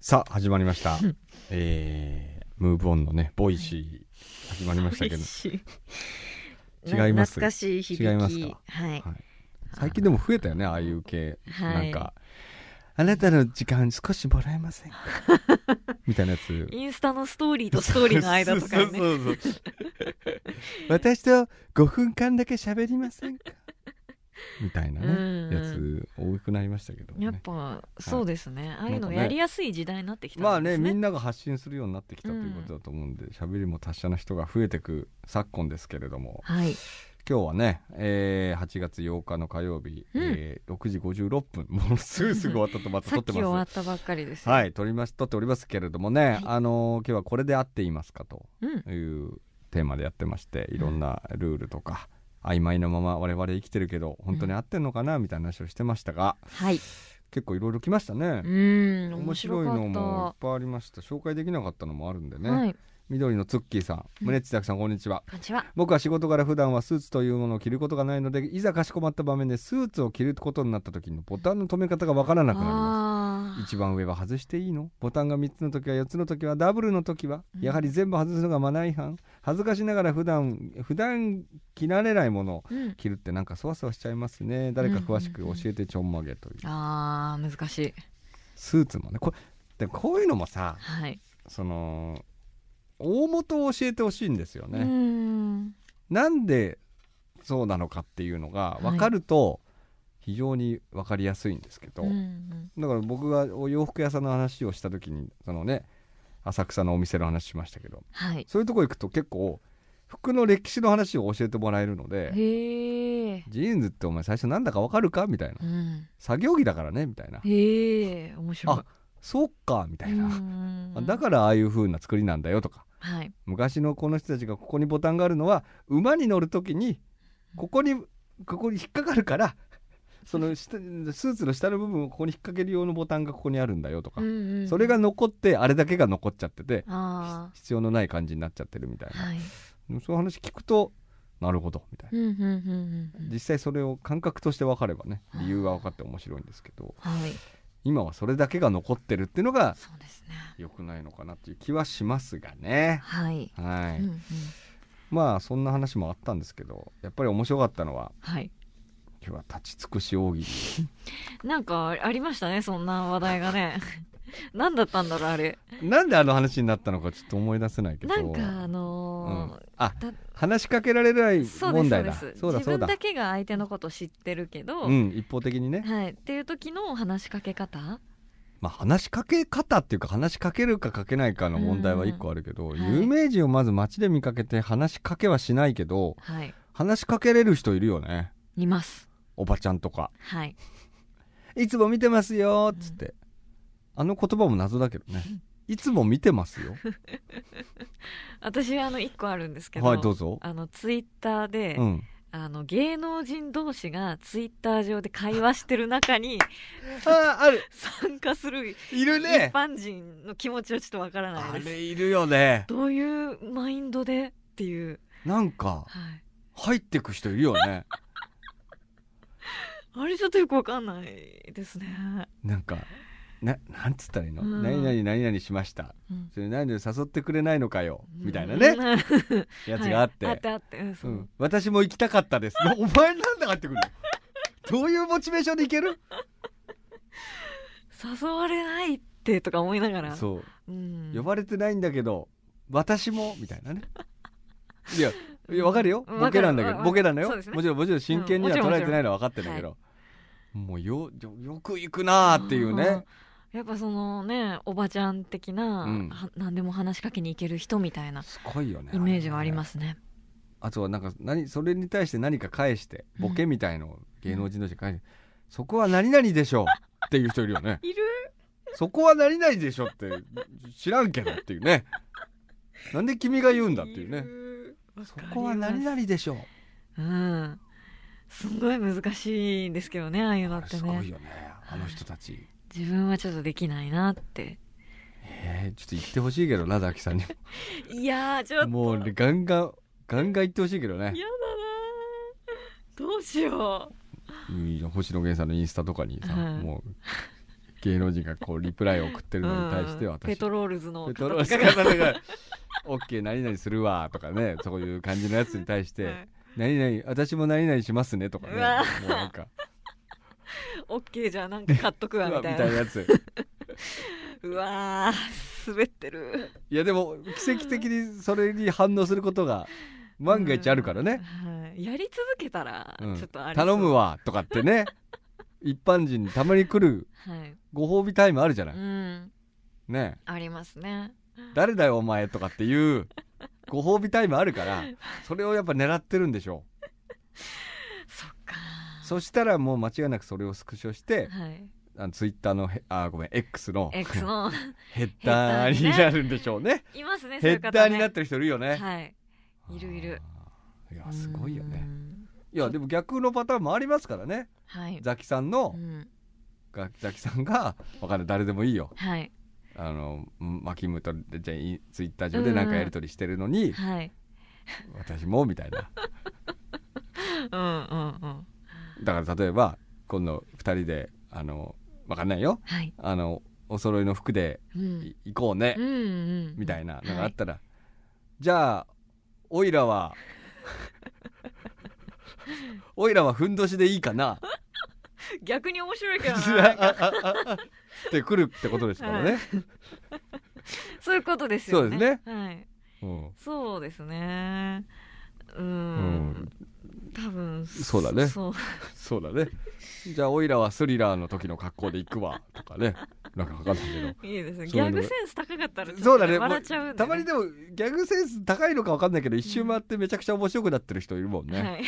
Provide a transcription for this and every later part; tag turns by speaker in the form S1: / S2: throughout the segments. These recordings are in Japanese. S1: さあ、始まりました。えー、ムーブオンのね、ボイシー、始まりましたけど。
S2: ど
S1: 違います
S2: 懐かしい響き。
S1: 違いますか
S2: はい。
S1: はい最近でも増えたよね、ああいう系。
S2: は
S1: なん
S2: い
S1: か、あなたの時間少しもらえません かみたいなやつ。
S2: インスタのストーリーとストーリーの間とかね。
S1: そうそうそうそう私と5分間だけ喋りませんかみたいなね、
S2: うんうん
S1: やつ多くなりましたけど
S2: や
S1: もね。
S2: っぱそうですね、ああいう
S1: なんか
S2: の
S1: ね
S2: やりやすい時代になってき
S1: ま
S2: た
S1: あ
S2: んで
S1: ね
S2: す
S1: み
S2: ね。
S1: んなが発信するようになってきたということだと思うんで喋、りも達者な人が増えてく昨今ですけれども
S2: はい。
S1: 今日はね、えー8月8日の火曜日、
S2: うん
S1: えー6時56分 もうすぐすぐ終わったとまた
S2: さ
S1: 撮っ
S2: っき
S1: て
S2: 終わ
S1: ま
S2: っ
S1: す。
S2: たばっかりですよ。
S1: はい撮ります撮っておりますけれどもね、
S2: い
S1: あのー今日はこれで合っていますかと
S2: うん。
S1: いうテーマでやってましていろんなルールとか、曖昧なまま我々生きてるけど本当に合ってんのかなみたいな話をしてましたが、
S2: はい。
S1: 結構いろいろ来ましたね
S2: う。ーん。
S1: 面
S2: 面
S1: 白
S2: 白
S1: い
S2: か
S1: のもいっ
S2: っ
S1: ぱいありました紹介できなかったのもあるんで
S2: た。
S1: ね、
S2: はい。
S1: 緑のツッキーさん
S2: うん
S1: 宗地拓さんこんにちは
S2: こんにちは。
S1: 僕は仕事から普段はスーツというものを着ることがないのでいざかしこまった場面でスーツを着ることになった時のボタンの止め方がわからなくなります
S2: あ
S1: 一番上は外していいのボタンが3つの時は4つの時はダブルの時は
S2: うん
S1: やはり全部外すのがマナー違反恥ずかしながら普段普段着られないものを
S2: あ。うん。
S1: 着るってなんかそわそわしちゃいますね誰か詳しく教えてちょんまげという
S2: あー難しい。
S1: スーツもねこれでもこういうのもさ
S2: はい。
S1: その大元を教えてほしいんですよ
S2: う
S1: ね、
S2: ーん。
S1: なんでそうなのかっていうのが分かると非常に分かりやすいんですけど、
S2: うんうん
S1: だから僕がお洋服屋さんの話をした時にそのね浅草のお店の話しましたけど
S2: はい。
S1: そういうとこ行くと結構服の歴史の話を教えてもらえるので
S2: へえ。
S1: ジーンズってお前最初なんだか分かるかみたいな
S2: うん。
S1: 作業着だからねみたいな
S2: へえ。面白い
S1: あ。そっかみたいな、
S2: な
S1: あだからああいう風な作りなんだよとか
S2: はい。
S1: 昔のこの人たちがここにボタンがあるのは馬に乗る時にここにここに引っかかる からその下スーツの下の部分をここに引っ掛ける用のボタンがここにあるんだよとか、
S2: うんうんうん
S1: それが残ってあれだけが残っちゃってて
S2: あ
S1: 必要のない感じになっちゃってるみたい
S2: あ
S1: な、
S2: はい。
S1: そういう話聞くとなるほどみたいな、
S2: うんうんうんうんうん。
S1: 実際それを感覚として分かればね
S2: あー
S1: 理由が分かって面白いんですけど
S2: はい。
S1: 今はそれだけが残ってるっていうのが
S2: そうですね。
S1: 良くないのかなっていう気はしますがね。
S2: はい。
S1: はい、
S2: うんうん
S1: まあそんな話もあったんですけどやっぱり面白かったのは
S2: はい。
S1: 今日は立ち尽くし大喜利
S2: なんかありましたね、そんな話題がね。 なんだったんだろう、あれ。
S1: なんであの話になったのかちょっと思い出せないけど
S2: なんかあ
S1: う
S2: の
S1: ん、あ
S2: だ
S1: 話しかけられない
S2: ーそう
S1: 問
S2: です、そう
S1: 題
S2: で
S1: だ
S2: す。
S1: だ
S2: 自
S1: そう
S2: 分
S1: だ
S2: だけが相手のこと知ってるけど、
S1: うん一方的にね、
S2: はい。っていう時の話しかけ方
S1: まあ、話しかけ方っていうか話しかけるかかけないかの問題は一個あるけど、
S2: うんはい
S1: 有名人をまず街で見かけて話しかけはしないけど
S2: はい。
S1: 話しかけれる人いるよね
S2: います。
S1: おばちゃんとか
S2: はい。
S1: 「いつも見てますよ」っつって、あの言葉も謎だけど ね「いつも見てますよ
S2: 私、あの、一個あるんです」けど、
S1: はいどうぞ。
S2: あの、ツイッターで、
S1: うん
S2: あの、芸能人同士がツイッター上で会話してる 中に
S1: あある
S2: 参加する
S1: い
S2: 一
S1: るね
S2: 般人の気持ちはちょっとわから
S1: あ
S2: ないです。
S1: れいるよね
S2: どういうマインドでっていう。
S1: なんか
S2: はい。
S1: 入ってく人いるよね
S2: あれちょっとよくわかんないですね。
S1: なんかななんつったらいいの、
S2: うん
S1: 何々何々しました
S2: うん
S1: それ何々誘ってくれないのかよみたいな
S2: う
S1: ね
S2: んはい
S1: やつがあって、、
S2: あってあって。うんそううん
S1: 私も行きたかったですお前なんで入ってくるの どういうモチベーションで行ける
S2: 誘われないってとか思いながら。。
S1: そううん呼ばれてないんだけど私 もみたいなねいやいやわかるよ
S2: うん
S1: ボケなんだけ
S2: わ
S1: ど
S2: かる
S1: ボケなんだよ、
S2: そうですね
S1: もちろんもちろん真剣には
S2: うんもち
S1: 捉
S2: ろん
S1: えてないのは分かってるんだけど、もうよよよく行くなーっていうね、
S2: やっぱそのね、おばちゃん的な、
S1: うん
S2: は何でも話しかけに行ける人みたいな
S1: すごいよね
S2: イメージはありますすね。
S1: あとはなんか何それに対して何か返してボケみたいのを芸能人同士で返して、そこは何々でしょうっていう人いるよ ね
S2: いる
S1: そこは何々でしょって知らんけどっていうねなんで君が言うんだっていうね
S2: るわか
S1: そ
S2: ります
S1: こは何々でしょう
S2: うん。すんごい難しいんですけどね、ああいうの
S1: あ
S2: っ
S1: れ
S2: て
S1: すご
S2: ね
S1: い。よねあの人たち
S2: 自分はちょっとできないなって。
S1: えー、ちょっと言ってほしいけどなザキさ んに
S2: いやー、ちょっと。
S1: もうねガンガンガンガン言ってほしいけどね
S2: 嫌だなーどうしよ
S1: いいよ星野源さんのインスタとかにさ、
S2: うん
S1: もう芸能人がこうリプライを送ってるのに対して
S2: うん
S1: 私
S2: ペトロールズの
S1: ペトロース
S2: 方とか
S1: 方が「OK 何々するわ」とか ねそういう感じのやつに対して「
S2: はい
S1: 何々私も何々しますね」とかね
S2: うわ
S1: もうなんか
S2: オッケーじゃあなんか買っとく
S1: うわ
S2: わみ
S1: み
S2: た
S1: た
S2: い
S1: いな
S2: な
S1: やつ
S2: うわー滑ってる
S1: いやでも奇跡的にそれに反応することが万が一あるからね
S2: うん、はいやり続けたら
S1: うん
S2: ちょっと
S1: 「
S2: ありそう
S1: 頼むわ」とかって ね一般人にたまに来る
S2: はい
S1: ご褒美タイムあるじゃな
S2: う
S1: い
S2: ん
S1: ね
S2: ありますね
S1: 誰だよお前とかっていうご褒美タイムあるからそれをやっぱ狙ってるんでしょ
S2: そっか
S1: うそしたらもう間違いなくそれをスクショして
S2: はい
S1: あのツイッターのへあごめん X の
S2: X の
S1: ヘッダーになるんでしょうね
S2: いますねそ
S1: ヘ
S2: ういう
S1: ッ
S2: 方、ね、
S1: ダーになってる人いるよね、
S2: はいいるいる
S1: あーいやすごいよ
S2: う
S1: ね
S2: ん
S1: いやでも逆のパターンもありますからね
S2: はい
S1: ザキさんの
S2: うん
S1: がザキさんがわかんない誰でもいいよ
S2: はい
S1: あのんマキムとじゃあいツイッター上でなんかやり取りしてるのに
S2: はい
S1: 私もみたいな
S2: うんうんうん
S1: だから例えば今度2人であのわかんないよ
S2: はい
S1: あのお揃いの服で
S2: うん
S1: い行こうね
S2: うんうん
S1: みたいなのがあ
S2: は
S1: っ
S2: い
S1: たら、じゃあおいら はおいらはふんどしでいいかな
S2: 逆に面白い けどななんか
S1: ってくるってことですからね、
S2: はそういうことですよね
S1: そうです
S2: ねはい
S1: うん
S2: そうですねうーん
S1: うん
S2: 多分
S1: そうだね
S2: そう
S1: そうだねじゃあおいらはスリラーの時の格好で行くわとかねなんかわかんないけど
S2: いいですね
S1: そう
S2: ギ
S1: いう
S2: ャ
S1: のが
S2: グセンス高かったらちょっと
S1: そうだね
S2: 笑っちゃうんでね
S1: たまにでもギャグセンス高いのかわかんないけど一周回ってめちゃくちゃ面白くなってる人いるもんね、
S2: はい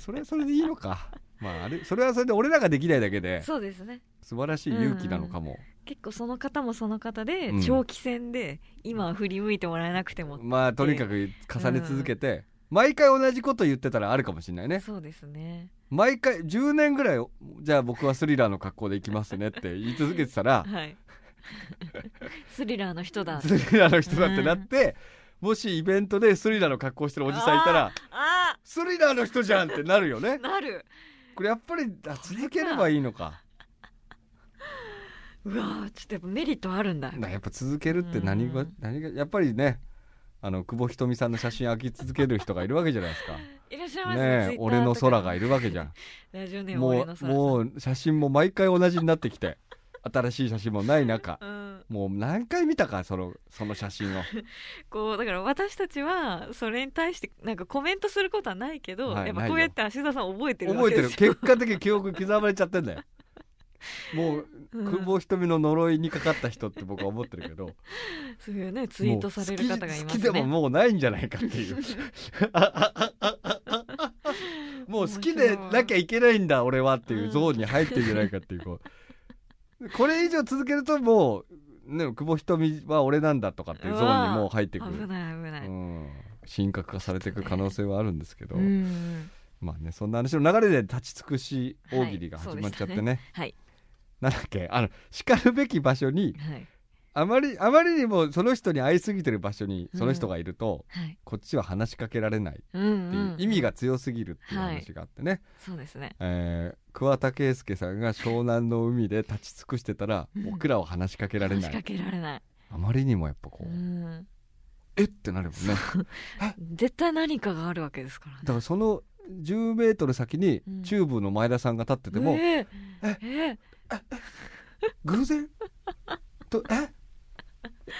S1: それはそれでいいのかまああれそれはそれで俺らができないだけで
S2: そうですね
S1: 素晴らしい勇気なのかも、
S2: 結構その方もその方で、
S1: うん
S2: 長期戦で今は振り向いてもらえなくても、
S1: まあとにかく重ね続けて、毎回同じこと言ってたらあるかもしれないね
S2: そうですね
S1: 毎回10年ぐらいじゃあ僕はスリラーの格好で行きますねって言い続けてたら
S2: はいスリラーの人だ
S1: スリラーの人だってなって、もしイベントでスリラーの格好してるおじさんいたら
S2: あ
S1: スリラーの人じゃんってなるよ
S2: あ
S1: ね
S2: なる
S1: これやっぱりあ続ければいいのか
S2: うわーちょっとやっぱメリットあるんだ
S1: なやっぱ続けるって何が、
S2: うん
S1: 何がやっぱりねあの久保ひとみさんの写真開き続ける人がいるわけじゃない ですか
S2: いらっしゃいます
S1: ねえ俺の空がい
S2: る
S1: るわけじゃん
S2: ラジオネーム俺
S1: もう
S2: の空さん
S1: もう写真も毎回同じになってきて新しい写真もない中
S2: うん
S1: もう何回見たかそのその写真 を
S2: こうだから私たちはそれに対してなんかコメントすることはないけど、
S1: はい
S2: や
S1: ない
S2: っぱ
S1: よ
S2: こうやって芦田さん覚えてるわ
S1: 覚え
S2: け
S1: て
S2: で
S1: る
S2: すよ
S1: 結果的に記憶刻まれちゃってんだよもう、
S2: うん
S1: 久保ひとみの呪いにかかった人って僕は思ってるけど
S2: そういうねツイートされる方がい
S1: もう
S2: ま
S1: 好き好
S2: す
S1: きでも
S2: ね
S1: もうないんじゃないかって いうもう好きでなきゃいけないんだ俺はっていうゾーンに入ってんじゃないかっていうこうこれ以上続けるともう、ね、久保ひとみは俺なんだとかっていうゾーンにもう入って
S2: 危
S1: く
S2: ない
S1: る、
S2: 危な
S1: う
S2: い、
S1: ん、神格化されていく可能性はあるんですけど、
S2: うん
S1: まあねそんな話の流れで立ち尽くし大喜利が始まっちゃってね,、
S2: はい
S1: なんだっけあの叱るべき場所に
S2: はい
S1: あまりあまりにもその人に会いすぎてる場所にその人がいると、
S2: はい
S1: こっちは話しかけられないっ
S2: う
S1: て
S2: ん
S1: いう
S2: うん
S1: 意味が強すぎるっていう話があってね、
S2: そうですね
S1: えー桑田佳祐さんが湘南の海で立ち尽くしてたら
S2: うん
S1: 僕らは話しかけられ
S2: 話
S1: な
S2: し
S1: い、
S2: かけられない、
S1: あまりにもやっぱこ
S2: う
S1: う、
S2: ん、
S1: えってなるもんね
S2: 絶対何かがあるわけですからね
S1: だからその10メートル先に
S2: うん
S1: チューブの前田さんが立ってても、
S2: え
S1: え
S2: ー、え
S1: 偶然とえ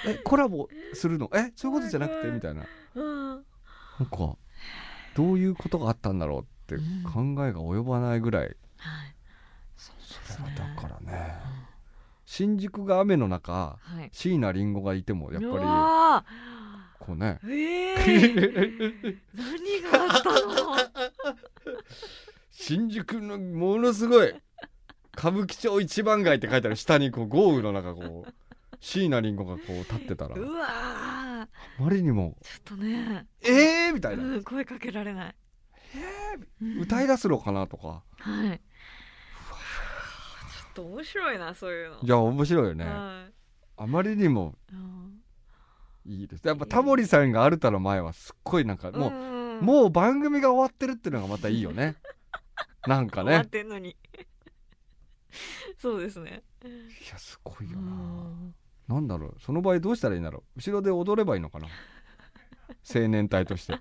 S1: えコラボするのえそういうことじゃなくてみたいな
S2: ー、
S1: な
S2: うん
S1: んかどういうことがあったんだろうって考えが及ばないぐらい、
S2: はいそうです
S1: それ
S2: ね
S1: はだからね
S2: うん
S1: 新宿が雨の中
S2: はい
S1: 椎名林檎がいてもやっ
S2: う
S1: ぱ
S2: わ
S1: りこうね
S2: ーえー、何が あったの
S1: 新宿のものすごい歌舞伎町一番街って書いてある下にこう豪雨の中こう椎名林檎がこう立ってたら
S2: うわ
S1: あまりにも
S2: ーちょっとね、
S1: 「えー!」みたいな
S2: うん、声かけられない
S1: 「歌い
S2: い
S1: 出すのかな?」とか
S2: はいちょっと面白いなそういうの
S1: いや面白いよねあ
S2: は
S1: まりにも
S2: いうん
S1: いいですやっぱタモリさんがあるたの前はすっごいなんかもう、
S2: うんうん
S1: もう番組が終わってるっていうのがまたいいよねなんか
S2: 終わっ
S1: ね
S2: てんのにそうですね
S1: やすごいよ
S2: う
S1: なんなんだろうその場合どうしたらいいんだろう後ろで踊ればいいのかな青年隊として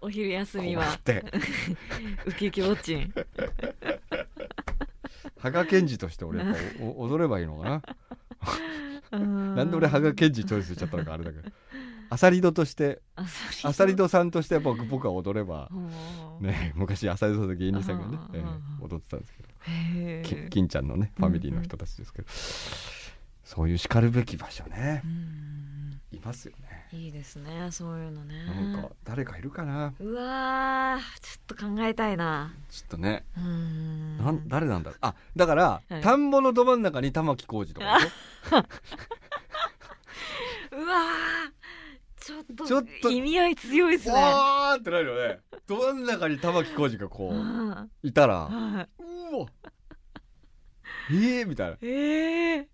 S2: お昼休
S1: こう
S2: み
S1: やっ
S2: は
S1: て
S2: ウキウキウォッチ ン
S1: 羽賀健二として俺やっぱおお踊ればいいのかなな
S2: なん
S1: で俺羽賀健二チョイスしちゃったのかあれだけどアサリドとしてアサリドさんとして僕僕は踊れば、ね、昔アサリドと芸人さんがね
S2: あ、ー
S1: ええ
S2: あー
S1: 踊ってたんですけど
S2: へ
S1: き
S2: え
S1: 金ちゃんのねファミリーの人たちですけど、そういうしかるべき場所ね
S2: うん
S1: いますよね
S2: いいですねそういうのね
S1: なんか誰かいるかな
S2: うわーちょっと考えたいな
S1: ちょっとね
S2: うん
S1: なん誰なんだろうあだから、
S2: はい
S1: 田んぼのど真ん中に玉置浩二とかでしょ
S2: うわーちょっと
S1: ちょっと
S2: 意味合い強いですね
S1: わーってなるよねど真ん中に玉置浩二がこう
S2: うん
S1: いたら
S2: は
S1: うわええみたいない
S2: ええ
S1: う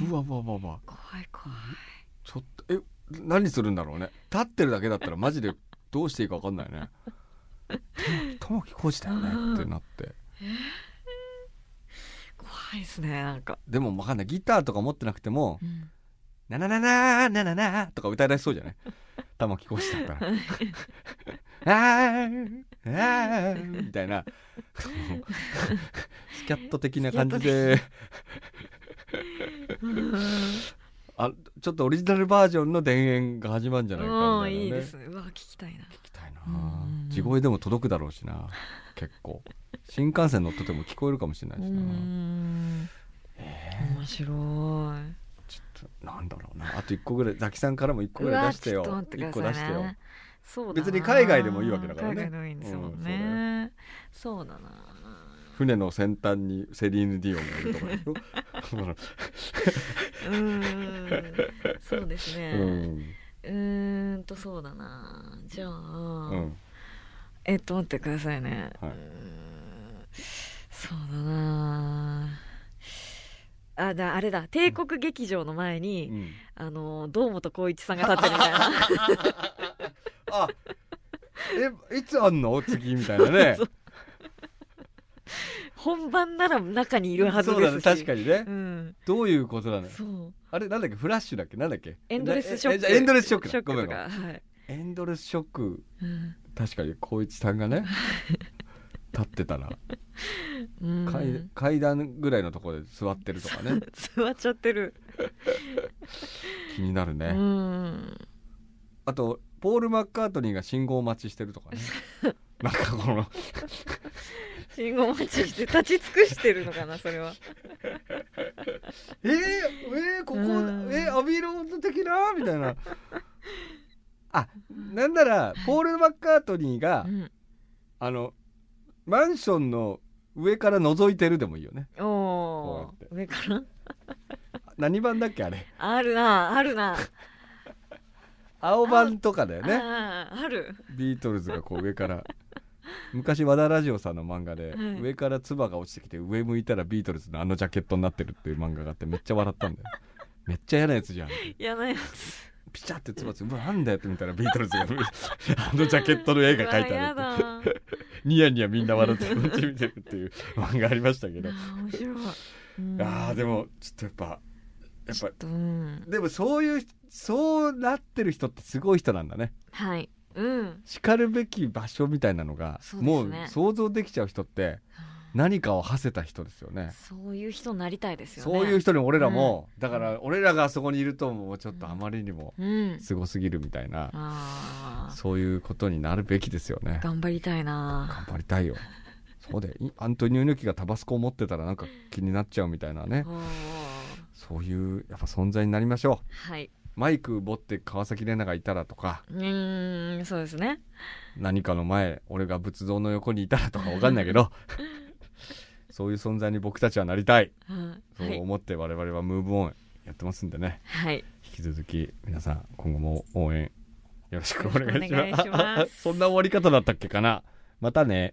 S2: 何
S1: わうわうわうわ
S2: 怖い怖い
S1: ちょっとえ何するんだろうね立ってるだけだったらマジでどうしていいか分かんないね玉玉置浩二だよねってなって
S2: 怖いですねなんか
S1: でも分かんないギターとか持ってなくても
S2: うん
S1: 「なななななななとか歌い出しそうじゃ ない玉置浩二だったら「あーあー」みたいなスキャット的な感じであちょっとオリジナルバージョンの田園が始まるんじゃないかみ
S2: も
S1: た
S2: う
S1: いな、ね、
S2: いいですねうわ聞きたいな
S1: 聞きたいな
S2: うんうんうん
S1: 地声でも届くだろうしな結構新幹線乗ってても聞こえるかもしれないうしな、
S2: ん
S1: え
S2: 面白い
S1: ーちょっとなんだろうなあと一個ぐらいザキさんからも一個ぐ
S2: う
S1: らい
S2: わ
S1: 出して
S2: ちょ
S1: よ
S2: っと待ってく
S1: 一個
S2: ださい
S1: 出してよ
S2: ねそうだな
S1: 別に海外でもいいわけだからね
S2: 海外でもいいんですもんね、そうだな
S1: 船の先端にセリーヌ・ディオンがいるとかでしょその
S2: う ーんそうですね
S1: うん
S2: うーんとそうだなじゃあ、
S1: うん
S2: えっと待ってくださいね、
S1: はいう
S2: ーんそうだなあだあれだ帝国劇場の前に、
S1: うん
S2: あの堂本光一さんが立ってるみたいな
S1: あえいつあんの次みたいな ね
S2: そう本番なら中にいるはず
S1: そう
S2: で
S1: だ
S2: す
S1: ね確
S2: し
S1: かにね
S2: うん
S1: どういうことなの
S2: そう
S1: あれなんだっけフラッシュだっけなんだっけ
S2: エンドレスショッ
S1: え
S2: ク
S1: えエンドレスショックだ
S2: とか
S1: ごめんごめん
S2: はい、
S1: エンドレスショック
S2: うん
S1: 確かに光一さんが ね立ってたら
S2: うん
S1: 階階段ぐらいのところで座ってるとかね
S2: 座っちゃってる、
S1: 気になるね、
S2: うん
S1: あとポール・マッカートニーが信号待ちしてる とかねなんかこの
S2: 信号待ちして立ち尽くしてるのかなそれは
S1: えー、えー、ここ、
S2: うん
S1: えー、アビーロード的なみたいな あなんならポール・マッカートニーが
S2: うん
S1: あのマンションの上から覗いてるでもいいよね
S2: おお
S1: こうやっ
S2: 上から
S1: 何番だっけあれ
S2: あるなあるな、
S1: 青番とかだよね
S2: あーある
S1: ビートルズがこう上から昔和田ラジオさんの漫画で、
S2: はい
S1: 上から唾が落ちてきて上向いたらビートルズのあのジャケットになってるっていう漫画があってめっちゃ笑ったんだよめっちゃ嫌なやつじゃん
S2: 嫌なや
S1: ピチャって唾つうわなんだよって見たらビートルズが あのジャケットの絵
S2: つ
S1: が描いてあ
S2: や
S1: る
S2: だ
S1: ニヤニヤみんな笑ってこっち見てるっていう 漫画ありましたけど
S2: あー面白い、うん
S1: あーでもちょっとやっぱやっ
S2: ちょ
S1: ぱ
S2: っとうん
S1: でもそういうそうなってる人ってすごい人なんだね
S2: はいうん
S1: しかるべき場所みたいなのが
S2: そうです
S1: もう
S2: ね
S1: 想像できちゃう人って何かを馳せた人ですよね
S2: そういう人になりたいですよね
S1: そういう人に俺らも、だから俺らがあそこにいるともうちょっとあまりにも
S2: うん
S1: すごすぎるみたいな、
S2: あー
S1: そういうことになるべきですよね
S2: 頑張りたい
S1: 頑
S2: な
S1: 張りたいよ そうでアントニオ猪木がタバスコを持ってたらなんか気になっちゃうみたいなね
S2: おー
S1: そういうやっぱ存在になりましょ
S2: はいう
S1: マイク持って川崎玲奈がいたらとか
S2: うーんそうですね
S1: 何かの前俺が仏像の横にいたらとかわかんないけど そういう存在に僕たちはなりたい
S2: うん
S1: そ
S2: は
S1: う
S2: い
S1: 思って我々はムーブオンやってますんでね
S2: はい
S1: 引き続き皆さん今後も応援よろしくお願いします
S2: よろしくお願いします
S1: そんな終わり方だったっけかなまたね